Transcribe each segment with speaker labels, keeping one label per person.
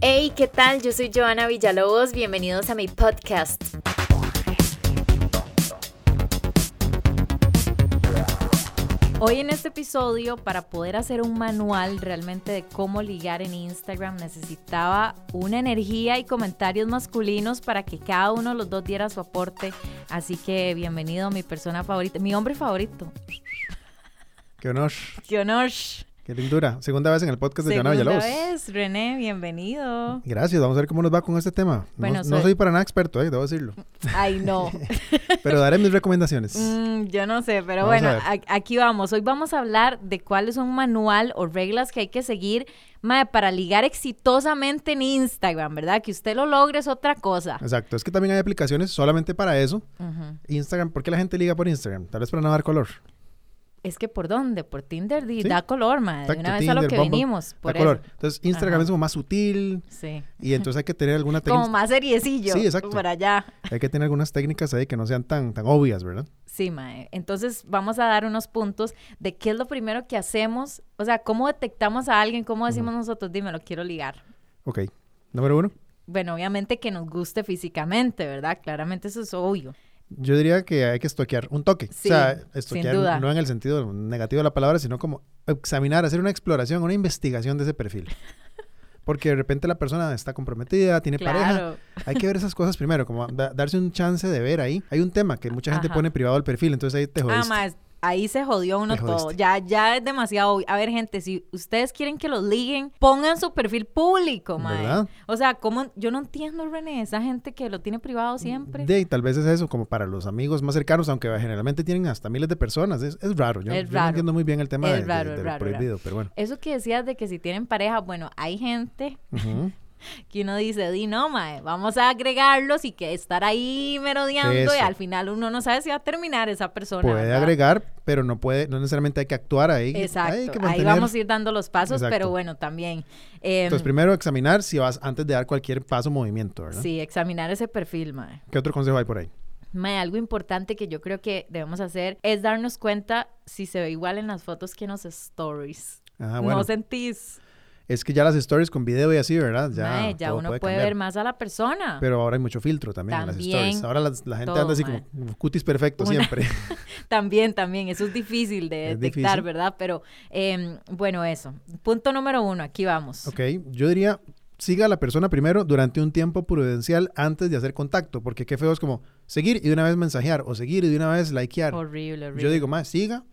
Speaker 1: Hey, ¿qué tal? Yo soy Joana Villalobos, bienvenidos a mi podcast.
Speaker 2: Hoy en este episodio, para poder hacer un manual realmente de cómo ligar en Instagram, necesitaba una energía y comentarios masculinos para que cada uno de los dos diera su aporte. Así que bienvenido a mi persona favorita, mi hombre favorito.
Speaker 3: Qué honor,
Speaker 2: ¡Qué honor!
Speaker 3: qué lindura. Segunda vez en el podcast de Joana
Speaker 2: Segunda
Speaker 3: Villalobos.
Speaker 2: vez, René, bienvenido.
Speaker 3: Gracias, vamos a ver cómo nos va con este tema. No-
Speaker 2: Bueno,
Speaker 3: no,
Speaker 2: soy-
Speaker 3: soy para nada experto, eh, debo decirlo.
Speaker 2: Ay, no.
Speaker 3: Pero daré mis recomendaciones.
Speaker 2: Mm, yo no sé, pero
Speaker 3: Vamos
Speaker 2: bueno,
Speaker 3: a ver.
Speaker 2: a- aquí vamos. Hoy vamos a hablar de cuál es un manual o reglas que hay que seguir mae, para ligar exitosamente en Instagram, ¿verdad? Que usted lo logre es otra cosa.
Speaker 3: Exacto, es que también hay aplicaciones solamente para eso.
Speaker 2: Ujú.
Speaker 3: Instagram, ¿por qué la gente liga por Instagram? Tal vez para no dar color.
Speaker 2: Es que por dónde? Por Tinder di-
Speaker 3: Sí.
Speaker 2: da color, madre. Ah, De
Speaker 3: Exacto,
Speaker 2: una vez a lo
Speaker 3: Tinder,
Speaker 2: que
Speaker 3: Bumble,
Speaker 2: vinimos. Por
Speaker 3: da
Speaker 2: eso.
Speaker 3: color. Entonces, Instagram
Speaker 2: Ajá.
Speaker 3: es como más sutil
Speaker 2: Sí.
Speaker 3: y entonces hay que tener alguna técnica.
Speaker 2: Como más seriecillo.
Speaker 3: Sí, exacto.
Speaker 2: Por allá.
Speaker 3: Hay que tener algunas técnicas ahí que no sean tan, tan obvias, ¿verdad?
Speaker 2: Sí, mae. Entonces vamos a dar unos puntos de qué es lo primero que hacemos. O sea, cómo detectamos a alguien, cómo decimos nosotros, dime, lo quiero ligar.
Speaker 3: Ok, número uno.
Speaker 2: Bueno, obviamente que nos guste físicamente, ¿verdad? Claramente eso es obvio.
Speaker 3: Yo diría que hay que estoquear un toque.
Speaker 2: Sí,
Speaker 3: o sea,
Speaker 2: sin
Speaker 3: estoquear
Speaker 2: duda.
Speaker 3: no en el sentido negativo de la palabra, sino como examinar, hacer una exploración, una investigación de ese perfil. Porque de repente la persona está comprometida, tiene pareja.
Speaker 2: Claro.
Speaker 3: Hay que ver esas cosas primero, como da- darse un chance de ver ahí. Hay un tema que mucha gente
Speaker 2: Ajá.
Speaker 3: pone privado al perfil, entonces ahí te
Speaker 2: Ah,
Speaker 3: jodiste.
Speaker 2: mae, ahí se jodió uno
Speaker 3: Te
Speaker 2: todo.
Speaker 3: jodiste.
Speaker 2: Ya, ya es demasiado obvio. A ver, gente, si ustedes quieren que los liguen, pongan su perfil público, mae.
Speaker 3: ¿Verdad?
Speaker 2: O sea, ¿cómo? yo no entiendo, René, esa gente que lo tiene privado siempre.
Speaker 3: De, y tal vez es eso, como para los amigos más cercanos, aunque generalmente tienen hasta miles de personas. Es, es raro. Yo,
Speaker 2: Es
Speaker 3: yo
Speaker 2: raro.
Speaker 3: no entiendo muy bien el tema
Speaker 2: Es
Speaker 3: de, de-
Speaker 2: raro, es
Speaker 3: de lo
Speaker 2: raro,
Speaker 3: prohibido, pero bueno.
Speaker 2: Eso que decías de que si tienen pareja, bueno, hay gente
Speaker 3: Ujú.
Speaker 2: que uno dice, di no, mae, vamos a agregarlos y que estar ahí merodeando y
Speaker 3: Eso.
Speaker 2: al final uno no sabe si va a terminar esa persona.
Speaker 3: Puede
Speaker 2: ¿verdad?
Speaker 3: agregar, pero no puede, no necesariamente hay que actuar ahí. Hay
Speaker 2: Exacto,
Speaker 3: que
Speaker 2: ahí
Speaker 3: mantener-
Speaker 2: vamos a ir dando los pasos,
Speaker 3: Exacto.
Speaker 2: pero bueno, también. em,
Speaker 3: Entonces, primero examinar si vas antes de dar cualquier paso o movimiento, ¿verdad?
Speaker 2: sí, examinar ese perfil, mae.
Speaker 3: ¿Qué otro consejo hay por ahí?
Speaker 2: Mae, algo importante que yo creo que debemos hacer es darnos cuenta si se ve igual en las fotos que en los stories.
Speaker 3: Ah, bueno.
Speaker 2: No sentís.
Speaker 3: Es que ya las stories con video y así, ¿verdad? Ya,
Speaker 2: mae, ya
Speaker 3: todo
Speaker 2: uno puede,
Speaker 3: puede cambiar.
Speaker 2: ver más a la persona.
Speaker 3: Pero ahora hay mucho filtro también, en
Speaker 2: También,
Speaker 3: las stories. Ahora las- la gente
Speaker 2: todo,
Speaker 3: anda así
Speaker 2: mae.
Speaker 3: como cutis perfecto
Speaker 2: Una-
Speaker 3: siempre.
Speaker 2: También, también, eso es difícil de
Speaker 3: Es
Speaker 2: detectar,
Speaker 3: difícil.
Speaker 2: ¿verdad? Pero em, bueno, eso. Punto número uno, aquí vamos.
Speaker 3: ok, yo diría, siga a la persona primero durante un tiempo prudencial antes de hacer contacto, porque qué feo es como seguir y de una vez mensajear o seguir y de una vez likear.
Speaker 2: Horrible, horrible.
Speaker 3: Yo digo, más, siga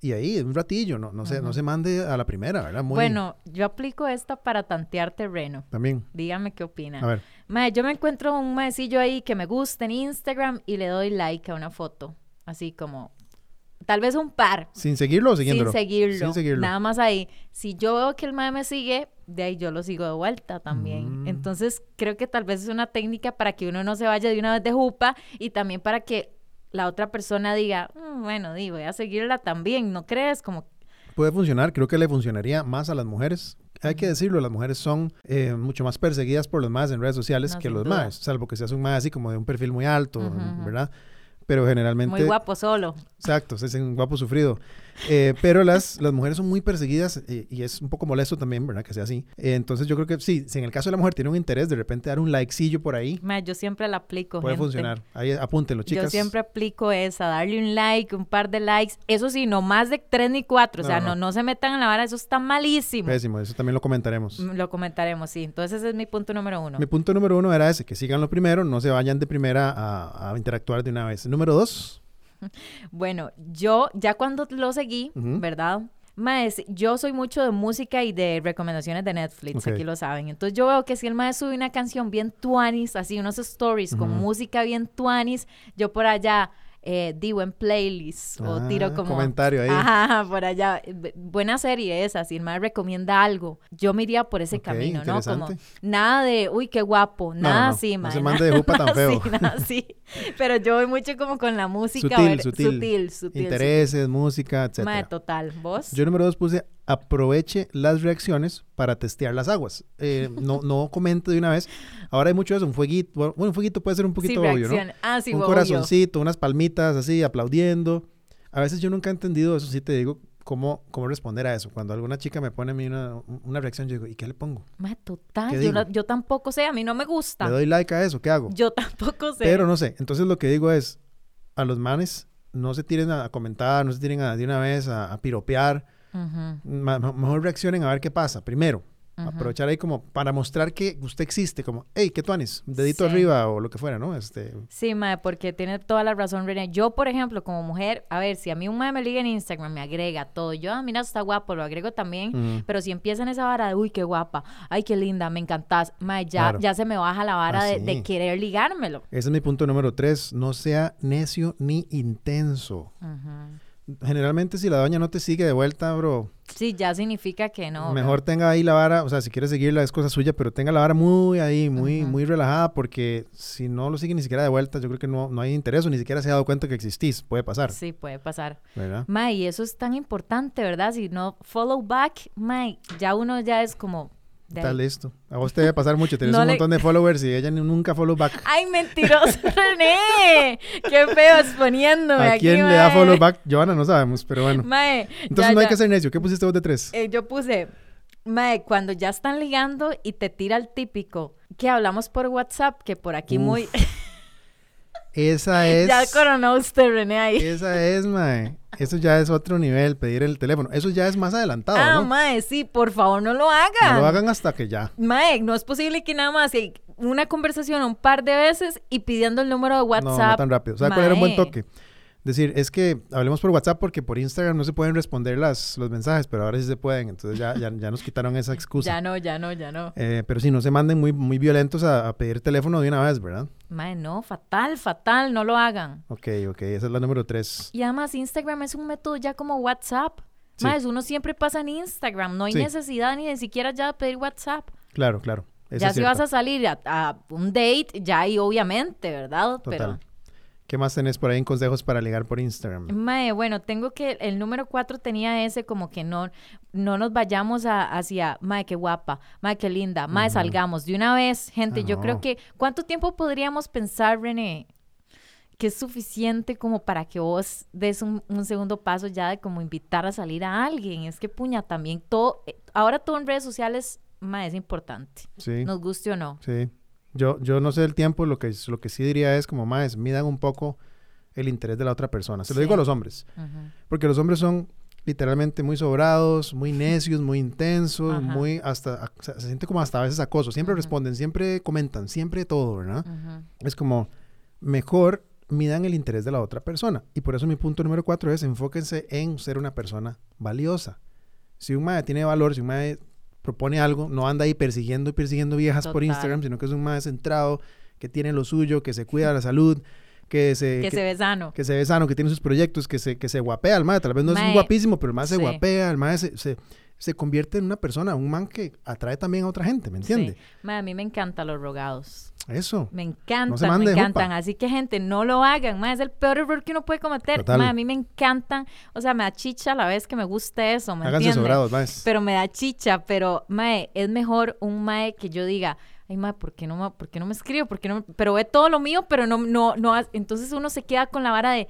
Speaker 3: y ahí, un ratillo, no, no, se, no
Speaker 2: Ajá.
Speaker 3: se mande a la primera, ¿verdad? Muy,
Speaker 2: Bueno, yo aplico esta para tantear terreno.
Speaker 3: También,
Speaker 2: Dígame qué opina.
Speaker 3: a ver.
Speaker 2: Mae, yo me encuentro un maecillo ahí que me gusta en Instagram y le doy like a una foto. Así como, tal vez un par,
Speaker 3: ¿Sin seguirlo o siguiéndolo?
Speaker 2: sin seguirlo.
Speaker 3: Sin seguirlo.
Speaker 2: Nada más ahí. Si yo veo que el mae me sigue, de ahí yo lo sigo de vuelta también.
Speaker 3: Mm.
Speaker 2: Entonces, creo que tal vez es una técnica para que uno no se vaya de una vez de jupa y también para que la otra persona diga, "Mm, bueno, di, voy a seguirla también, ¿no crees? Como,
Speaker 3: Puede funcionar, creo que le funcionaría más a las mujeres. Hay que decirlo, las mujeres son eh, mucho más perseguidas por los más en redes sociales
Speaker 2: No,
Speaker 3: que
Speaker 2: sin
Speaker 3: los
Speaker 2: duda.
Speaker 3: más, salvo que seas un más así como de un perfil muy alto,
Speaker 2: Ujú, ujú.
Speaker 3: ¿verdad? Pero generalmente...
Speaker 2: muy guapo solo.
Speaker 3: Exacto, es un guapo sufrido. Eh, pero las, las mujeres son muy perseguidas eh, y es un poco molesto también, ¿verdad? Que sea así. Eh, entonces yo creo que sí, si en el caso de la mujer tiene un interés, de repente dar un likecillo por ahí
Speaker 2: Mae, yo siempre la aplico.
Speaker 3: puede
Speaker 2: gente.
Speaker 3: funcionar. Ahí apúntenlo, chicas.
Speaker 2: Yo siempre aplico esa, darle un like, un par de likes. Eso sí, no más de tres ni cuatro. o
Speaker 3: No,
Speaker 2: sea, no,
Speaker 3: no.
Speaker 2: no, se metan en la vara, eso está malísimo.
Speaker 3: Pésimo, eso también lo comentaremos.
Speaker 2: Mm, Lo comentaremos, sí. Entonces ese es mi punto número uno.
Speaker 3: Mi punto número uno era ese, que sigan lo primero, no se vayan de primera a, a interactuar de una vez. Número dos,
Speaker 2: Bueno, yo ya cuando lo seguí,
Speaker 3: Ujú.
Speaker 2: ¿verdad? Maes, yo soy mucho de música y de recomendaciones de Netflix,
Speaker 3: Ok.
Speaker 2: aquí lo saben. Entonces yo veo que si el maes sube una canción bien tuanis, así unos stories con
Speaker 3: Ujú.
Speaker 2: música bien tuanis, yo por allá eh, digo en playlist o
Speaker 3: Ah,
Speaker 2: tiro como...
Speaker 3: comentario ahí.
Speaker 2: Ajá, por allá. B- Buena serie esa, si el maes recomienda algo, yo me iría por ese
Speaker 3: Ok,
Speaker 2: camino, ¿no? Como
Speaker 3: interesante.
Speaker 2: nada de, uy, qué guapo,
Speaker 3: No,
Speaker 2: nada
Speaker 3: no,
Speaker 2: así,
Speaker 3: no
Speaker 2: mae,
Speaker 3: se
Speaker 2: nada-
Speaker 3: mande de jupa tan
Speaker 2: nada así,
Speaker 3: feo.
Speaker 2: nada así. Pero yo voy mucho como con la música.
Speaker 3: Sutil,
Speaker 2: ver-
Speaker 3: sutil.
Speaker 2: Sutil, sutil,
Speaker 3: intereses, música, etc.
Speaker 2: Mae, total. ¿Vos?
Speaker 3: Yo número dos puse, aproveche las reacciones para testear las aguas. Eh, no, no comente de una vez. Ahora hay mucho de eso, un fueguito. Bueno, un fueguito puede ser un poquito obvio, ¿no?
Speaker 2: reacciona. Ah, sí,
Speaker 3: un
Speaker 2: obvio.
Speaker 3: corazoncito, unas palmitas así, aplaudiendo. A veces yo nunca he entendido, eso sí te digo, cómo, cómo responder a eso. Cuando alguna chica me pone a mí una, una reacción, yo digo, ¿y qué le pongo?
Speaker 2: Ma, total,
Speaker 3: ¿Qué
Speaker 2: yo,
Speaker 3: digo?
Speaker 2: no- yo tampoco sé, a mí no me gusta.
Speaker 3: ¿Le doy like a eso? ¿Qué hago?
Speaker 2: Yo tampoco sé.
Speaker 3: Pero no sé. Entonces lo que digo es, a los manes, no se tiren a comentar, no se tiren a, de una vez a, a piropear.
Speaker 2: Ujú,
Speaker 3: Ma- ma- mejor reaccionen a ver qué pasa. Primero,
Speaker 2: ujú.
Speaker 3: aprovechar ahí como para mostrar que usted existe, como, hey, ¿qué tuanes? Dedito
Speaker 2: Sí.
Speaker 3: arriba o lo que fuera, ¿no? Este,
Speaker 2: Sí, mae, porque tiene toda la razón René. Yo, por ejemplo, como mujer, a ver, si a mí un mae me liga en Instagram, me agrega todo. Yo, ah, mira, está guapo, lo agrego también.
Speaker 3: mm,
Speaker 2: Pero si empiezan esa vara de, uy, qué guapa, ay, qué linda, me encantás, mae, ya,
Speaker 3: Claro.
Speaker 2: ya se me baja la vara
Speaker 3: Ah,
Speaker 2: de,
Speaker 3: sí.
Speaker 2: de querer ligármelo.
Speaker 3: Ese es mi punto número tres. No sea necio ni intenso.
Speaker 2: Ujú.
Speaker 3: Generalmente si la doña no te sigue de vuelta, bro,
Speaker 2: Sí, ya significa que no.
Speaker 3: mejor tenga ahí la vara, o sea, si quiere seguirla es cosa suya, pero tenga la vara muy ahí, muy,
Speaker 2: Ajá.
Speaker 3: muy relajada, porque si no lo sigue ni siquiera de vuelta, yo creo que no, no hay interés o ni siquiera se ha dado cuenta que existís. Puede pasar,
Speaker 2: Sí, Mm, puede pasar.
Speaker 3: ¿verdad?
Speaker 2: Mae, y eso es tan importante, ¿verdad? Si no follow back, mae, ya uno ya es como... de ahí.
Speaker 3: Está listo. A vos te debe pasar mucho, tenés
Speaker 2: No
Speaker 3: un
Speaker 2: le-
Speaker 3: montón de followers y ella ni- nunca follow back.
Speaker 2: Ay, mentiroso, René. Qué feo exponiéndome.
Speaker 3: ¿A
Speaker 2: aquí,
Speaker 3: quién le da
Speaker 2: mae.
Speaker 3: follow back? Giovanna, no sabemos, pero bueno.
Speaker 2: Mae,
Speaker 3: Entonces
Speaker 2: ya,
Speaker 3: no hay
Speaker 2: ya.
Speaker 3: que ser necio. ¿Qué pusiste vos de tres?
Speaker 2: Eh, yo puse, mae, cuando ya están ligando y te tira el típico, que hablamos por WhatsApp, que por aquí
Speaker 3: Uf,
Speaker 2: muy...
Speaker 3: Esa es...
Speaker 2: ya coronó usted, René, ahí.
Speaker 3: Esa es, mae. Eso ya es otro nivel, pedir el teléfono. Eso ya es más adelantado,
Speaker 2: Ah,
Speaker 3: ¿no?
Speaker 2: mae, sí, por favor, no lo hagan.
Speaker 3: No lo hagan hasta que ya.
Speaker 2: Mae, no es posible que nada más eh, una conversación un par de veces y pidiendo el número de
Speaker 3: No,
Speaker 2: WhatsApp.
Speaker 3: no tan rápido. ¿Sabes cuál era un buen
Speaker 2: mae.
Speaker 3: toque? Decir, es que hablemos por WhatsApp porque por Instagram no se pueden responder las, los mensajes, pero ahora sí se pueden. Entonces ya, ya, ya nos quitaron esa excusa.
Speaker 2: Ya no, ya no, ya no.
Speaker 3: Eh, pero si no se manden muy, muy violentos a, a pedir teléfono de una vez, ¿verdad?
Speaker 2: Mae, no, fatal, fatal, no lo hagan.
Speaker 3: Ok, ok, esa es la número tres.
Speaker 2: Y además Instagram es un método ya como WhatsApp.
Speaker 3: Sí.
Speaker 2: Mae, uno siempre pasa en Instagram, no hay
Speaker 3: Sí.
Speaker 2: necesidad ni de siquiera ya de pedir WhatsApp.
Speaker 3: Claro, claro. eso
Speaker 2: ya
Speaker 3: es
Speaker 2: si vas
Speaker 3: cierto.
Speaker 2: a salir a, a un date, ya ahí obviamente, ¿verdad?
Speaker 3: Total. ¿Qué más tenés por ahí en consejos para ligar por Instagram?
Speaker 2: Pero, mae, bueno, tengo que, el número cuatro tenía ese como que no, no nos vayamos a- hacia, mae, qué guapa, mae, qué linda, mae,
Speaker 3: Ujú.
Speaker 2: salgamos de una vez. Gente,
Speaker 3: Ah,
Speaker 2: yo creo
Speaker 3: no.
Speaker 2: que, ¿cuánto tiempo podríamos pensar, René? que es suficiente como para que vos des un, un segundo paso ya de como invitar a salir a alguien. Es que puña, también todo, eh, ahora todo en redes sociales, mae, es importante,
Speaker 3: Sí,
Speaker 2: nos guste o no.
Speaker 3: sí. Yo, yo no sé el tiempo, lo que, lo que sí diría es como, más, midan un poco el interés de la otra persona. Se lo
Speaker 2: Sí.
Speaker 3: digo a los hombres.
Speaker 2: Ujú.
Speaker 3: Porque los hombres son literalmente muy sobrados, muy necios, muy intensos,
Speaker 2: Ajá.
Speaker 3: muy hasta a- se, se siente como hasta a veces acoso, siempre
Speaker 2: Ujú.
Speaker 3: responden, siempre comentan, siempre todo, ¿verdad?
Speaker 2: Ujú.
Speaker 3: Es como mejor midan el interés de la otra persona y por eso mi punto número cuatro es enfóquense en ser una persona valiosa. Si un mae tiene valor, si un mae propone algo, no anda ahí persiguiendo y persiguiendo viejas por
Speaker 2: Total.
Speaker 3: Instagram, sino que es un mae centrado, que tiene lo suyo, que se cuida de la salud, que se
Speaker 2: que,
Speaker 3: que-
Speaker 2: se ve sano.
Speaker 3: que se ve sano, que tiene sus proyectos, que se, que se guapea el mae. Tal vez no es
Speaker 2: Mae,
Speaker 3: un guapísimo, pero el mae se
Speaker 2: sí.
Speaker 3: guapea, el mae se, se, se convierte en una persona, un man que atrae también a otra gente, ¿me entiende?
Speaker 2: Sí. Mae, a mí me encantan los rogados.
Speaker 3: Eso.
Speaker 2: Me encantan,
Speaker 3: mande,
Speaker 2: me
Speaker 3: jupa.
Speaker 2: encantan. Así que, gente, no lo hagan. mae, es el peor error que uno puede cometer.
Speaker 3: Total.
Speaker 2: Mae, a mí me encantan. O sea, me da chicha a la vez que me guste eso. ¿me
Speaker 3: Háganse
Speaker 2: entiende?
Speaker 3: sobrados, maes.
Speaker 2: Pero me da chicha. Pero, mae, es mejor un mae que yo diga, ay, mae, ¿por qué no, me- por qué no me escribo? ¿Por qué no me-?" Pero ve todo lo mío, pero no, no, no. ha- Entonces uno se queda con la vara de,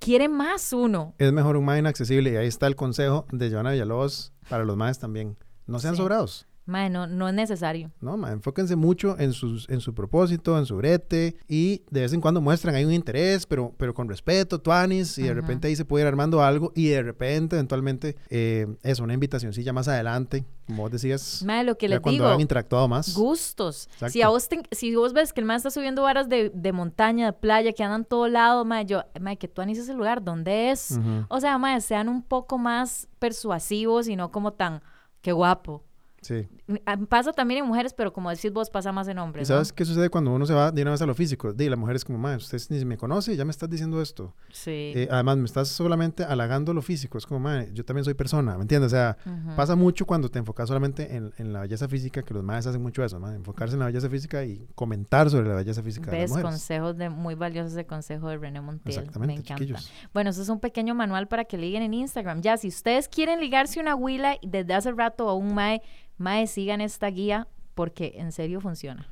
Speaker 2: quiere más uno.
Speaker 3: Es mejor un mae inaccesible. Y ahí está el consejo de Joana Villalobos para los maes también. No sean
Speaker 2: Sí.
Speaker 3: sobrados.
Speaker 2: Mae, no, no es necesario.
Speaker 3: No, mae, enfóquense mucho en, sus, en su propósito, en su brete y de vez en cuando muestran ahí un interés, pero, pero con respeto, tuanis, y de
Speaker 2: Ajá.
Speaker 3: repente ahí se puede ir armando algo y de repente eventualmente eh, eso, una invitacioncilla más adelante, como vos decías,
Speaker 2: Mae, lo que
Speaker 3: Ya
Speaker 2: les
Speaker 3: cuando
Speaker 2: digo.
Speaker 3: han interactuado más.
Speaker 2: Gustos. Si,
Speaker 3: Exacto.
Speaker 2: a vos te- si vos ves que el man está subiendo varas de, de montaña, de playa, que andan todo lado, mae, yo, mae, que tú anices ese lugar, ¿dónde es?
Speaker 3: Ujú,
Speaker 2: O sea, mae, sean un poco más persuasivos y no como tan, qué guapo.
Speaker 3: Sí.
Speaker 2: Ah, Pasa también en mujeres, pero como decís vos, pasa más en
Speaker 3: ¿Y
Speaker 2: hombres. ¿no?
Speaker 3: sabes qué sucede cuando uno se va de una vez a lo físico? Di, la mujer es como, madre, usted ni me conoce, ya me estás diciendo esto.
Speaker 2: Sí.
Speaker 3: Eh, además, me estás solamente halagando lo físico. Es como, madre, yo también soy persona, ¿me entiendes? O sea,
Speaker 2: Ujú.
Speaker 3: pasa mucho cuando te enfocas solamente en, en la belleza física, que los madres hacen mucho eso, mae, enfocarse en la belleza física y comentar sobre la belleza física de las
Speaker 2: Ves
Speaker 3: mujeres.
Speaker 2: consejos de, muy valiosos de consejo de René Montiel.
Speaker 3: Exactamente,
Speaker 2: Me encanta.
Speaker 3: chiquillos.
Speaker 2: Bueno, eso es un pequeño manual para que liguen en Instagram. Ya, si ustedes quieren ligarse una huila desde hace rato a un mae, mae, sigan esta guía porque en serio funciona.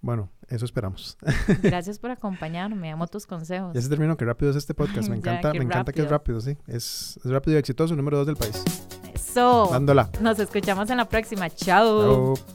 Speaker 3: Bueno, Eso esperamos.
Speaker 2: Gracias por acompañarme. Amo tus consejos.
Speaker 3: Ya se terminó, qué rápido es este podcast. Me
Speaker 2: Ya,
Speaker 3: encanta,
Speaker 2: qué
Speaker 3: me encanta que es rápido, sí. Es, es rápido y exitoso, número dos del país.
Speaker 2: Eso.
Speaker 3: Dándola.
Speaker 2: Nos escuchamos en la próxima. Chao.
Speaker 3: Chao.